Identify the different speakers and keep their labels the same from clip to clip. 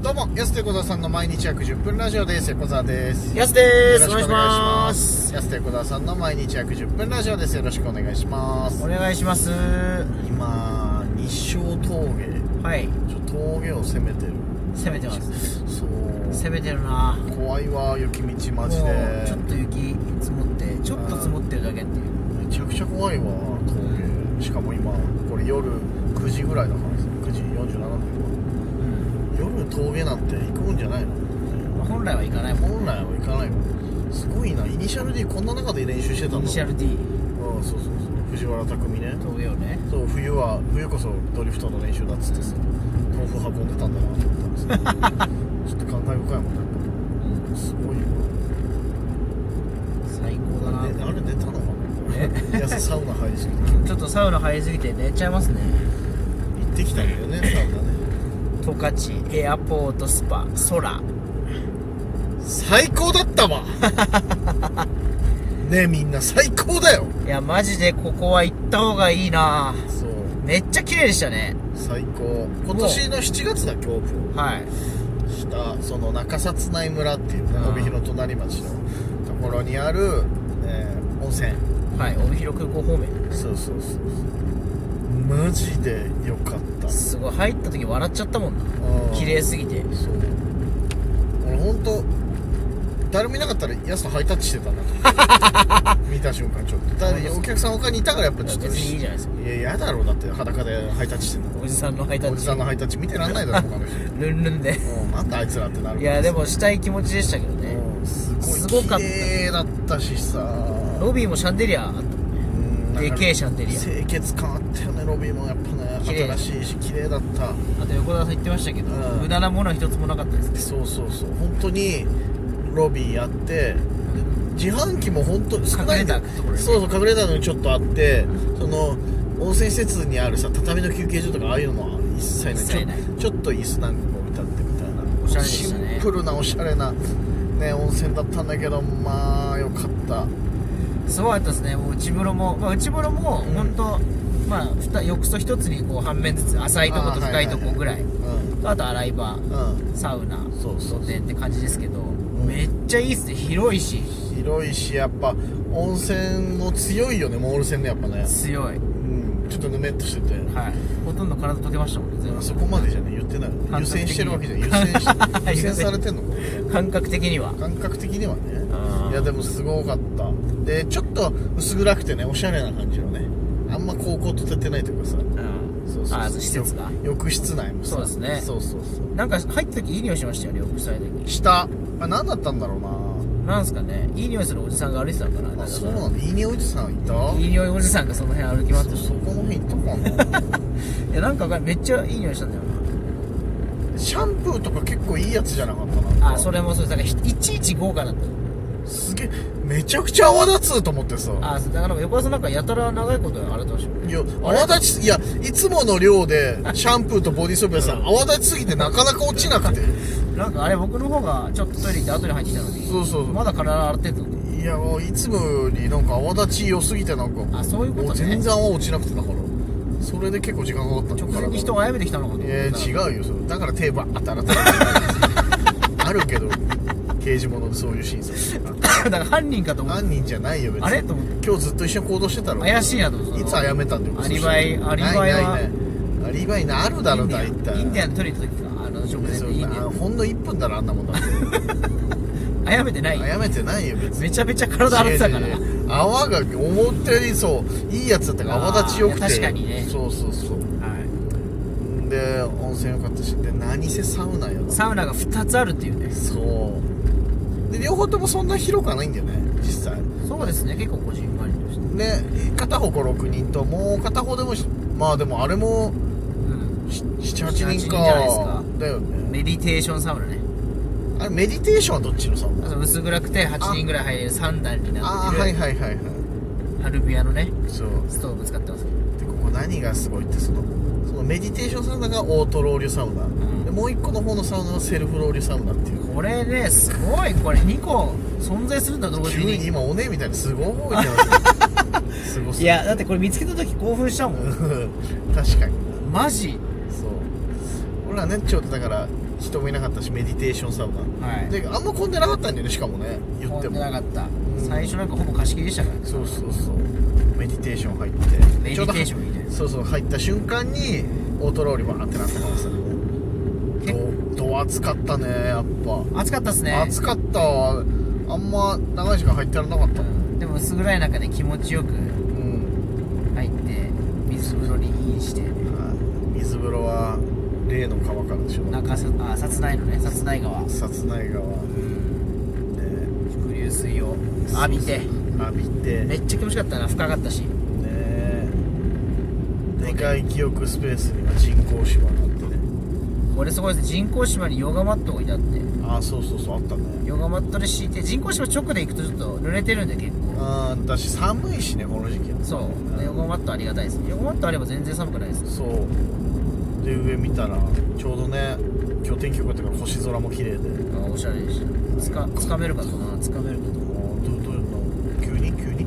Speaker 1: どうも、安手小沢さんの毎日約10分ラジオです。小沢です。
Speaker 2: やすで
Speaker 1: よ
Speaker 2: す
Speaker 1: ろ
Speaker 2: お
Speaker 1: し
Speaker 2: 願い
Speaker 1: く
Speaker 2: します
Speaker 1: す。安手小沢さんの毎日約10分ラジオです。よろしくお願いします
Speaker 2: お。願いします
Speaker 1: 今、日勝峠、
Speaker 2: はい
Speaker 1: ちょっと峠を攻めてる。
Speaker 2: 攻めてます
Speaker 1: そう。
Speaker 2: 攻めてるな
Speaker 1: 怖いわ、雪道マジで
Speaker 2: も。うちょっと雪積もってちょっと積もってるだけっていう
Speaker 1: めちゃくちゃ怖いわ、峠。しかも今、これ夜9時ぐらいだからですね。9時47分。夜峠なんて行くもんじゃないの
Speaker 2: まあ本来は行かないもん
Speaker 1: 本来は行かないのすごいなイニシャル D こんな中で練習してたんだ
Speaker 2: イニシャル D
Speaker 1: ああそうそうそう藤原匠ね
Speaker 2: 峠をね
Speaker 1: そう冬は冬こそドリフトの練習だっつってさ豆腐運んでたんだなと思ったんですけどちょっと感慨深いもんねやっぱすごいよ
Speaker 2: 最高だな
Speaker 1: ねあれ寝たのかな
Speaker 2: え
Speaker 1: いやサウナ入りすぎて
Speaker 2: ちょっとサウナ入りすぎて寝ちゃいますね
Speaker 1: 行ってきたんだよねサウナね
Speaker 2: 十勝エアポートスパ空
Speaker 1: 最高だった わねみんな最高だよ
Speaker 2: いやマジでここは行った方がいいな
Speaker 1: そう
Speaker 2: めっちゃ綺麗でしたね
Speaker 1: 最高今年の7月だっけオープン
Speaker 2: はい
Speaker 1: したその中札内村っていうね
Speaker 2: うん
Speaker 1: 帯広隣町のところにある、えー温泉
Speaker 2: はい帯広空港方面
Speaker 1: そうそうそうそうマジでよかった
Speaker 2: すごい入った時笑っちゃったもんな
Speaker 1: うん
Speaker 2: 綺麗すぎて
Speaker 1: そう俺ほんと誰もいなかったらやすとハイタッチしてたな 見た瞬間ちょっとだからお客さん他にいたからやっぱちょっと
Speaker 2: 別にいいじゃないですか
Speaker 1: いや嫌だろうだって裸でハイタッチしてん
Speaker 2: おじさんのハイタ
Speaker 1: だお
Speaker 2: ッ
Speaker 1: じ
Speaker 2: チ
Speaker 1: さんのハイタッチ見てらんないだろ他の人
Speaker 2: ルンルンで
Speaker 1: うんなんだあいつらってなる
Speaker 2: いやでもしたい気持ちでしたけどね
Speaker 1: うんすごい
Speaker 2: すごかった
Speaker 1: 綺麗だったしさ
Speaker 2: ロビーもシャンデリアあった
Speaker 1: うん
Speaker 2: でけえシャンデリア
Speaker 1: 清潔感あったよねロビーもやっぱ
Speaker 2: 綺
Speaker 1: ね
Speaker 2: 麗
Speaker 1: 新しいし綺麗だった
Speaker 2: あと横田さん言ってましたけど
Speaker 1: うん
Speaker 2: 無駄なものは一つもなかったです
Speaker 1: そうそうそう本当にロビーあって自販機も本当少ないんだ
Speaker 2: 隠れたところね
Speaker 1: そうそう隠れたのにちょっとあってその温泉施設にあるさ畳の休憩所とかああいうのは一切ない
Speaker 2: 一切ない
Speaker 1: ちょちょっと椅子なんかも置いてあってみたいな
Speaker 2: おしゃれでしたね
Speaker 1: シンプルなおしゃれな、ね、温泉だったんだけどまあよかった
Speaker 2: すごかったですねもう内風呂も、まあ、内風呂も
Speaker 1: うん
Speaker 2: 本当、まあふた浴槽一つにこう半面ずつ浅いとこと
Speaker 1: あー
Speaker 2: 深いとこぐらい
Speaker 1: うん
Speaker 2: あと洗い場
Speaker 1: うん
Speaker 2: サウナ
Speaker 1: そうそう
Speaker 2: 露天って感じですけどめっちゃいいっすね広いし
Speaker 1: 広いしやっぱ温泉も強いよねモール線ねやっぱね
Speaker 2: 強い
Speaker 1: うんちょっとぬめっとしてて
Speaker 2: はいほとんど体溶けましたもんね全
Speaker 1: あ
Speaker 2: 部
Speaker 1: そこまでじゃね言ってない
Speaker 2: 感
Speaker 1: 湯
Speaker 2: 覚的に
Speaker 1: 煎してるわけじゃん湯煎 して湯煎されてんのか
Speaker 2: 感覚的には
Speaker 1: 感覚的には
Speaker 2: あー
Speaker 1: ねいやでもすごかったでちょっと薄暗くてねおしゃれな感じのねあんま高校と立てないというかさ
Speaker 2: うん
Speaker 1: そうそう
Speaker 2: あ
Speaker 1: そう
Speaker 2: 施設が
Speaker 1: 浴室内もさ
Speaker 2: そうですね
Speaker 1: そうそうそう
Speaker 2: なんか入った時いい匂いしましたよね浴室内に
Speaker 1: 下あ何だったんだろうな
Speaker 2: なんすかねいい匂いするおじさんが歩いてたのかななんか
Speaker 1: あそうなんだいいねおじさんいた
Speaker 2: いい匂いおじさんがその辺歩き回っ
Speaker 1: そ
Speaker 2: てた
Speaker 1: そこの辺行ったかない
Speaker 2: やなんかめっちゃいい匂いしたんだよ
Speaker 1: シャンプーとか結構いいやつじゃなかったな
Speaker 2: なあそれもそうですだからひいちいち豪華だった
Speaker 1: すげえめちゃくちゃ泡立つと思ってさ
Speaker 2: あそうだから横田さんなんかやたら長いこと洗ってましたよ
Speaker 1: いや泡立ちいやいつもの量でシャンプーとボディーソープでさ泡立ちすぎてなかなか落ちなくて
Speaker 2: なんかあれ僕の方がちょっとトイレ行って後に入ってきたのに
Speaker 1: そうそうそう
Speaker 2: まだ体洗ってんの
Speaker 1: いやもういつもよりなんか泡立ち良すぎてなんか
Speaker 2: あそういうことね
Speaker 1: も全然泡落ちなくてだからそれで結構時間かかった
Speaker 2: 直前に人があやめてきたのかと思っ
Speaker 1: い
Speaker 2: た
Speaker 1: や
Speaker 2: ら
Speaker 1: 違うよそれだから手ば当た らたらあるけど刑事物でそういう審査
Speaker 2: だから犯人かと思って
Speaker 1: 犯人じゃないよ別に
Speaker 2: あれと思って
Speaker 1: 今日ずっと一緒に行動してたろ
Speaker 2: 怪しいなと思って
Speaker 1: いつあやめたんだよ
Speaker 2: アリバイ
Speaker 1: ない
Speaker 2: アリバイは
Speaker 1: ないないアリバイなあるだろ大
Speaker 2: インディ
Speaker 1: 体
Speaker 2: アンインディアンのトイレ行った時かあの直前
Speaker 1: そ
Speaker 2: でイン
Speaker 1: う
Speaker 2: ディア
Speaker 1: あほんの1分だろあんなもんだって
Speaker 2: ンあやめてない
Speaker 1: あやめてないよ別に
Speaker 2: めちゃめちゃ体洗ってたから
Speaker 1: 違う違う違う泡が思ったよりそういいやつだったから
Speaker 2: あー
Speaker 1: 泡立ちよくて
Speaker 2: いや確かにね
Speaker 1: そうそうそう
Speaker 2: はい
Speaker 1: で温泉よかったしで何せサウナよ
Speaker 2: サウナが2つあるっていうね
Speaker 1: そうで両方ともそんな広くはないんだよね実際
Speaker 2: そうですね結構個人まりとして
Speaker 1: で片方56人ともう片方でもしまあでもあれも
Speaker 2: うん
Speaker 1: 78
Speaker 2: 7-8
Speaker 1: 人か
Speaker 2: じゃないですか
Speaker 1: だよね
Speaker 2: メディテーションサウナね
Speaker 1: あれメディテーションはどっちのサウナ
Speaker 2: あと薄暗くて8人ぐらい入れる3段にな
Speaker 1: あ
Speaker 2: っ
Speaker 1: あ
Speaker 2: て
Speaker 1: は
Speaker 2: る
Speaker 1: いはいはいはい
Speaker 2: ハルビアのね
Speaker 1: そう
Speaker 2: ストーブ使ってますけど
Speaker 1: でここ何がすごいってそのそのメディテーションサウナがオートロウリュサウナ、
Speaker 2: ん
Speaker 1: でもう一個の方のサウナはセルフロウリュサウナっていう
Speaker 2: これねすごいこれ2個存在するんだ同時
Speaker 1: 急に
Speaker 2: に
Speaker 1: 今おねみたいにすごい覚えて ますすごす
Speaker 2: い
Speaker 1: ぎる
Speaker 2: やだってこれ見つけた時興奮したもん
Speaker 1: うん確かに
Speaker 2: マジ
Speaker 1: そう俺らねちょうどだから人もいなかったしメディテーションサウナ、
Speaker 2: はい
Speaker 1: であんま混んでなかったんだよねしかもね言って
Speaker 2: 混
Speaker 1: も
Speaker 2: んでなかった
Speaker 1: ん
Speaker 2: 最初なんかほぼ貸し切りでしたからね
Speaker 1: そうそうそうメディテーション入って
Speaker 2: メディテーションいいね
Speaker 1: ちょうどそうそう入った瞬間に大トローリバーってなってました
Speaker 2: え
Speaker 1: どど暑かったねやっぱ、
Speaker 2: 暑かったっすね
Speaker 1: 暑かったわあんま長い時間入ってられなかったもん
Speaker 2: でも薄暗い中で気持ちよく
Speaker 1: うん
Speaker 2: 入って水風呂にインして
Speaker 1: あ水風呂は例の川からでしょ
Speaker 2: 中さあ殺内のね殺内川
Speaker 1: 殺内川ね
Speaker 2: 伏流水を浴びて
Speaker 1: 浴びて
Speaker 2: めっちゃ気持ちよかったな深かったし
Speaker 1: ねでかい記憶スペースには人工芝があってね
Speaker 2: 俺そこです人工島にヨガマット置いてあって
Speaker 1: ああそうそうそうあったね
Speaker 2: ヨガマットで敷いて人工島直で行くとちょっと濡れてるんで結構
Speaker 1: ああだし寒いしねこの時期は
Speaker 2: そうでヨガマットありがたいですねヨガマットあれば全然寒くないです
Speaker 1: そうで上見たらちょうどね今日天気良かったから星空も綺麗で
Speaker 2: あおしゃれでしたつかつかめるかとなつかめるか と
Speaker 1: もうどうどういうの急に急に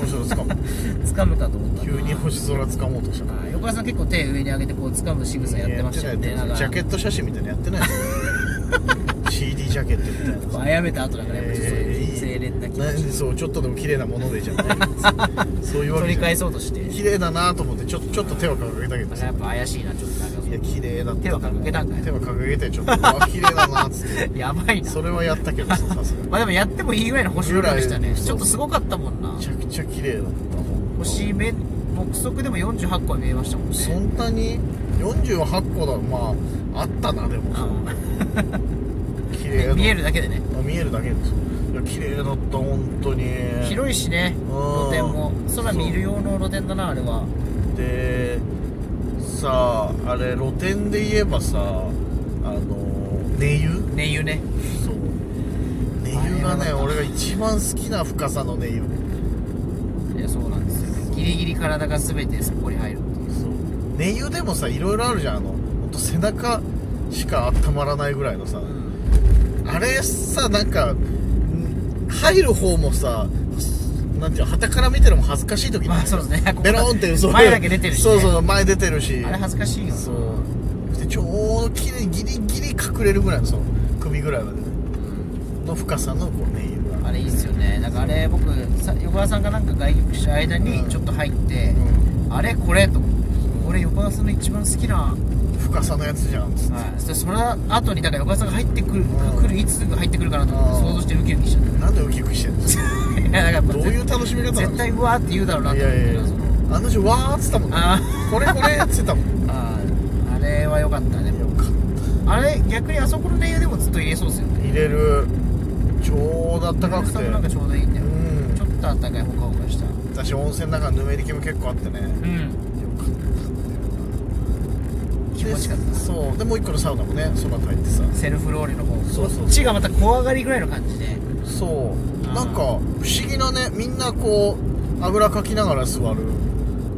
Speaker 1: 星空つ かもう
Speaker 2: つかむかと思ったな
Speaker 1: 急に星空つかもうとした
Speaker 2: あ横川さん結構手上に上げてこうつかむ仕草やってましたよね
Speaker 1: やってない
Speaker 2: なん
Speaker 1: ジャケ
Speaker 2: か
Speaker 1: ット写真みたいなのやってないの CD ジャケットみ たいな
Speaker 2: あやめた後だからやっぱちょっとそういう清廉な気持ち
Speaker 1: 何そうちょっとでも綺麗なものでじゃないそういうわけじ
Speaker 2: 取り
Speaker 1: ゃな
Speaker 2: 返
Speaker 1: い
Speaker 2: そうとして
Speaker 1: 綺麗だなと思ってちょちょっと手を掲げたけど
Speaker 2: なんか
Speaker 1: さ
Speaker 2: やっぱ怪しいなちょっとなんか
Speaker 1: いや綺麗だった
Speaker 2: 手は掲げたんかい
Speaker 1: 手は掲げてちょっとうわ綺麗だなっつって
Speaker 2: やばいな
Speaker 1: それはやったけどささすがに
Speaker 2: まあでもやってもいいぐらいの星空でした
Speaker 1: ぐら
Speaker 2: ね
Speaker 1: いそう
Speaker 2: ちょっとすごかったもんな
Speaker 1: めちゃくちゃ綺麗だったもん
Speaker 2: 星目目測でも48個は見えましたもんね
Speaker 1: そんなに48個だまああったなでも綺麗
Speaker 2: う
Speaker 1: だ
Speaker 2: ん見えるだけでね
Speaker 1: あ見えるだけですよいや綺麗だった本当に
Speaker 2: 広いしね
Speaker 1: ん
Speaker 2: 露店も空見る用の露店だなあれは
Speaker 1: でさああれ露店で言えばさあの寝湯
Speaker 2: 寝湯ね
Speaker 1: そう寝湯が
Speaker 2: あれ
Speaker 1: ね
Speaker 2: は
Speaker 1: 俺が一番好きな深さの寝湯
Speaker 2: いやそうなんですよギリギリ体が全てすっぽり入る
Speaker 1: そう寝湯でもさいろいろあるじゃんあのほんと背中しか温まらないぐらいのさあれさなんかん入る方もさなんていうの旗から見てるのも恥ずかしい時に
Speaker 2: まあそうですね
Speaker 1: ベロンってそう
Speaker 2: 前だけ出てるしね
Speaker 1: そうそう前出てるし
Speaker 2: あれ恥ずかしいよな
Speaker 1: そうでちょうどきれいギリギリ隠れるぐらいのその首ぐらいまでねの深さのこうネイルが
Speaker 2: あれいいっすよねなんかあれ僕さ横川さんがなんか外遊した間に
Speaker 1: うん
Speaker 2: ちょっと入って、
Speaker 1: う
Speaker 2: あれこれと思って俺横川さんの一番好きな、は
Speaker 1: 深さのやつじゃんつって
Speaker 2: い、そその後にだから横川さんが入ってくる,、
Speaker 1: うん
Speaker 2: 来るいつ入ってくるかなと思っ
Speaker 1: う
Speaker 2: て
Speaker 1: ん
Speaker 2: 想像してウキウキしちゃっ
Speaker 1: なんでウキウキしてんの
Speaker 2: たいやだか
Speaker 1: ど
Speaker 2: ら
Speaker 1: ういう楽しみ方なの
Speaker 2: 絶対うわーって言うだろうなと
Speaker 1: い
Speaker 2: 思っ
Speaker 1: や
Speaker 2: て
Speaker 1: いやいや
Speaker 2: その
Speaker 1: あの人わーっつったもんね
Speaker 2: あ
Speaker 1: これこれっつってたもんよ
Speaker 2: ーあーあれは良かったね
Speaker 1: かっ
Speaker 2: あれ逆にあそこのレイヤーでもずっと入れそうですよね
Speaker 1: た入れるちょうどあったかく
Speaker 2: 深
Speaker 1: て
Speaker 2: くなんかちょうどいいんだよ、
Speaker 1: うん
Speaker 2: ちょっとあったかいほかほかした
Speaker 1: 私温泉の中ぬめり気も結構あってねよ
Speaker 2: うん
Speaker 1: かったんだよな
Speaker 2: 気持ちよかった
Speaker 1: でそうでもう一個のサウナもねそば入ってさ
Speaker 2: セルフローリの方
Speaker 1: そうそう
Speaker 2: こっちがまた怖がりぐらいの感じで
Speaker 1: そう
Speaker 2: あー
Speaker 1: なんか不思議なねみんなこうあぐらかきながら座る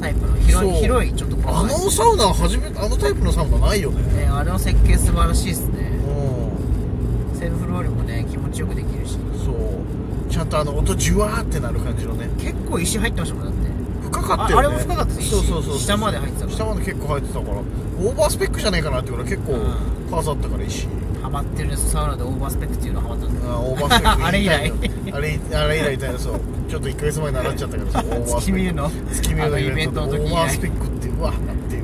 Speaker 2: タイプの広
Speaker 1: そう
Speaker 2: い広いちょっと
Speaker 1: あ
Speaker 2: 怖い
Speaker 1: のサウナ初めてあのタイプのサウナないよね
Speaker 2: ねあれの設計素晴らしいですね
Speaker 1: うん
Speaker 2: セルフロールもね気持ちよくできるし
Speaker 1: そうちゃんとあの音ジュワーってなる感じのね
Speaker 2: 結構石入ってましたもんだって
Speaker 1: 深かったよね
Speaker 2: ああれも深かったです
Speaker 1: そうそうそう
Speaker 2: 石下まで入ってたから
Speaker 1: 下まで結構入ってたからオーバースペックじゃないかなっていうからい結構
Speaker 2: うん
Speaker 1: 数あったから石
Speaker 2: ハマってるねサウナでオーバースペックっていうのハマったんで
Speaker 1: あオーバースペック
Speaker 2: あれ以来
Speaker 1: 言いたいよあれあれ以来痛いよそうちょっと1ヶ月前習っちゃったからそうオーバース
Speaker 2: 月
Speaker 1: ペ
Speaker 2: 見
Speaker 1: ッ
Speaker 2: る
Speaker 1: ク
Speaker 2: の
Speaker 1: 月見
Speaker 2: あ
Speaker 1: の
Speaker 2: の
Speaker 1: イ
Speaker 2: イ
Speaker 1: ベ
Speaker 2: ベ
Speaker 1: ン
Speaker 2: ン
Speaker 1: ト
Speaker 2: ト
Speaker 1: の
Speaker 2: の
Speaker 1: 時
Speaker 2: 時
Speaker 1: オ
Speaker 2: 以
Speaker 1: ーバース
Speaker 2: 来
Speaker 1: ペックってうわっていう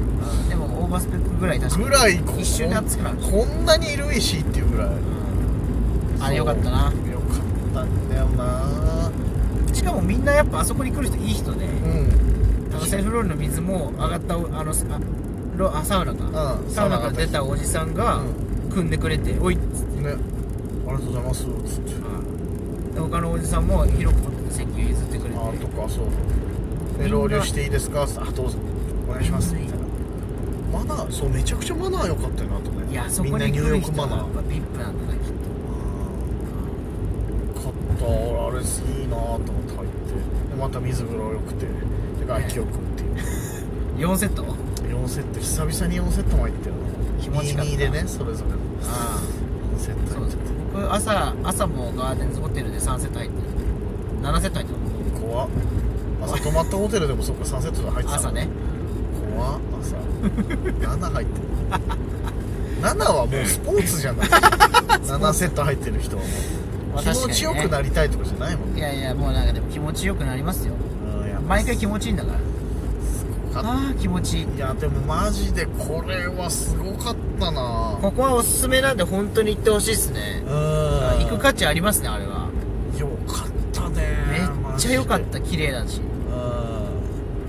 Speaker 2: でもオーバースペックぐらい確かに
Speaker 1: ぐらいこ
Speaker 2: 一瞬で熱くなる
Speaker 1: こんなにいる石っていうぐらい
Speaker 2: あれよかったな
Speaker 1: そうよかったんだよな
Speaker 2: しかもみんなやっぱあそこに来る人いい人で
Speaker 1: うん
Speaker 2: あのセルフロールの水も上がったおあのあロあサウナか、
Speaker 1: うん
Speaker 2: サウナから出たおじさんが組んでくれて「おい」っつって
Speaker 1: ねありがとうございますつって
Speaker 2: で他のおじさんも広く席を譲ってくれて
Speaker 1: あとかそう
Speaker 2: みんな
Speaker 1: で老流していいですかつってあどうぞお願いしますみたいなマナーそうめちゃくちゃマナー良かったよなとね
Speaker 2: いやそ
Speaker 1: みん
Speaker 2: こ
Speaker 1: な
Speaker 2: に来
Speaker 1: 入
Speaker 2: る
Speaker 1: 浴
Speaker 2: 人
Speaker 1: マ
Speaker 2: は
Speaker 1: ナ
Speaker 2: や
Speaker 1: ー
Speaker 2: っぱ VIP なんだなきっと
Speaker 1: 買ったあれいいなと思って入ってでまた水風呂良くてで外気浴っていう
Speaker 2: 4セット
Speaker 1: 4セット久々に4セットも入ってる
Speaker 2: 気持ちよかった
Speaker 1: 22でねそれぞれ
Speaker 2: あ
Speaker 1: 4セット
Speaker 2: そ
Speaker 1: 入
Speaker 2: う
Speaker 1: っ
Speaker 2: です
Speaker 1: てて
Speaker 2: 僕朝朝もガーデンズホテルで3セット入ってる7セット入って
Speaker 1: 怖っ朝泊まったホテルでもそっか3セットが入って
Speaker 2: る
Speaker 1: た
Speaker 2: 朝ね
Speaker 1: 怖っ朝7入ってる7はもうスポーツじ ゃない7セット入ってる人はもう
Speaker 2: まあ
Speaker 1: 気持ちよくなりたいとかじゃないもん
Speaker 2: い
Speaker 1: ね
Speaker 2: やいやもうなんかでも気持ちよくなりますよ
Speaker 1: うんやっぱ
Speaker 2: 毎回気持ちいいんだから
Speaker 1: かっ
Speaker 2: ああ気持ちいい
Speaker 1: いやでもマジでこれはすごかったな
Speaker 2: ここはおすすめなんで本当に行ってほしいっすね
Speaker 1: うん
Speaker 2: 行く価値ありますねあれは
Speaker 1: よかったね
Speaker 2: めっちゃ良かった綺麗だし
Speaker 1: マ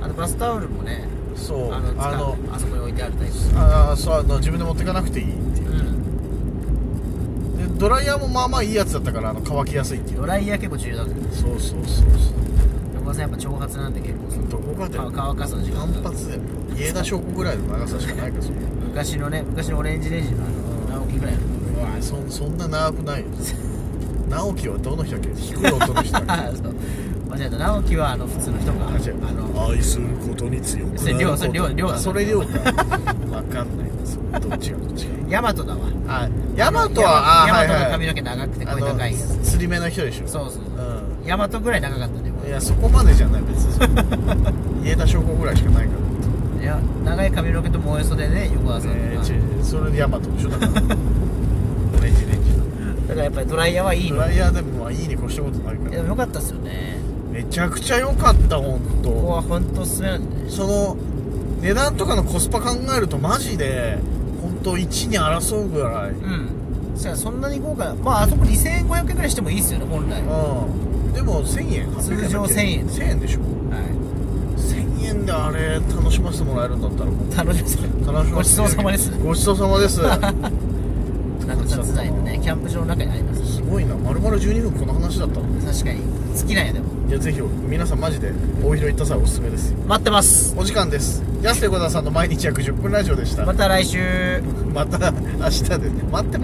Speaker 2: あのバスタオルもね
Speaker 1: ジでうんそう
Speaker 2: あの
Speaker 1: あ
Speaker 2: あ
Speaker 1: の
Speaker 2: あそこに置いてあるタイプ
Speaker 1: ああそうあの自分で持ってかなくていいっていう
Speaker 2: うん
Speaker 1: でドライヤーもまあまあいいやつだったからあの乾きやすいっていう
Speaker 2: ドライヤー結構重要だけど
Speaker 1: そうそうそうそ
Speaker 2: 横川さんやっぱ長髪なんで結構そう
Speaker 1: どこかで
Speaker 2: の乾かすの時間
Speaker 1: 単発で家田証拠ぐらいの長さしかないからそれ
Speaker 2: 昔のね昔のオレンジレンジのあ
Speaker 1: うん
Speaker 2: の直樹ぐらいの
Speaker 1: うわそそんな長くないよ直樹はどの人だっけ低い音の人だっ
Speaker 2: あ そう間違えた直樹はあの普通の人かあ
Speaker 1: け違う
Speaker 2: の
Speaker 1: 愛することに強く
Speaker 2: それ亮それ亮亮だ
Speaker 1: それ亮かわかんないそれどっちがどっちが
Speaker 2: ヤマトだわ
Speaker 1: あヤマトはあ
Speaker 2: ヤ
Speaker 1: は
Speaker 2: マト
Speaker 1: い
Speaker 2: の
Speaker 1: はい
Speaker 2: 髪の毛長くて
Speaker 1: あ
Speaker 2: 声
Speaker 1: の
Speaker 2: 高いやつ
Speaker 1: 釣り目の人でしょ
Speaker 2: そうそうそう
Speaker 1: うん
Speaker 2: ヤマトぐらい長かったね
Speaker 1: いやそこまでじゃない別に言えた証拠ぐらいしかないから
Speaker 2: いや長い髪の毛と燃え袖でね横川さん
Speaker 1: え
Speaker 2: と
Speaker 1: ー
Speaker 2: か
Speaker 1: ちそれでヤマトでしょだからオレンジレンジ
Speaker 2: だからやっぱりドライヤーはいい
Speaker 1: ド
Speaker 2: の
Speaker 1: ライヤーでもまあいいに越したことないか
Speaker 2: い
Speaker 1: ら
Speaker 2: やよかったっすよね
Speaker 1: めちゃくちゃ良かった本
Speaker 2: ここ
Speaker 1: 当
Speaker 2: は本当おすすめなんでね
Speaker 1: その値段とかのコスパ考えるとマジで本当1に争うぐらい
Speaker 2: うんそしたらそんなに豪華なまああそこ2500円ぐらいしてもいいっすよね本来は
Speaker 1: うんでも1000円800
Speaker 2: 通常
Speaker 1: だっけ
Speaker 2: 1000円
Speaker 1: 1000円でしょ1000円であれ楽しませてもらえるんだったらもう
Speaker 2: い楽しみです
Speaker 1: 楽しま
Speaker 2: ごち
Speaker 1: せて
Speaker 2: そうさまです
Speaker 1: ごちそうさまです
Speaker 2: なんか雑材のねキャンプ場の中にあります
Speaker 1: すごいなまるまる12分この話だったの
Speaker 2: 確かに好きなんやでも
Speaker 1: いやぜひ皆さんマジで大広行った際おすすめですよ
Speaker 2: 待ってます
Speaker 1: お時間です安瀬小田さんの毎日約10分ラジオでした
Speaker 2: また来週
Speaker 1: また明日で待って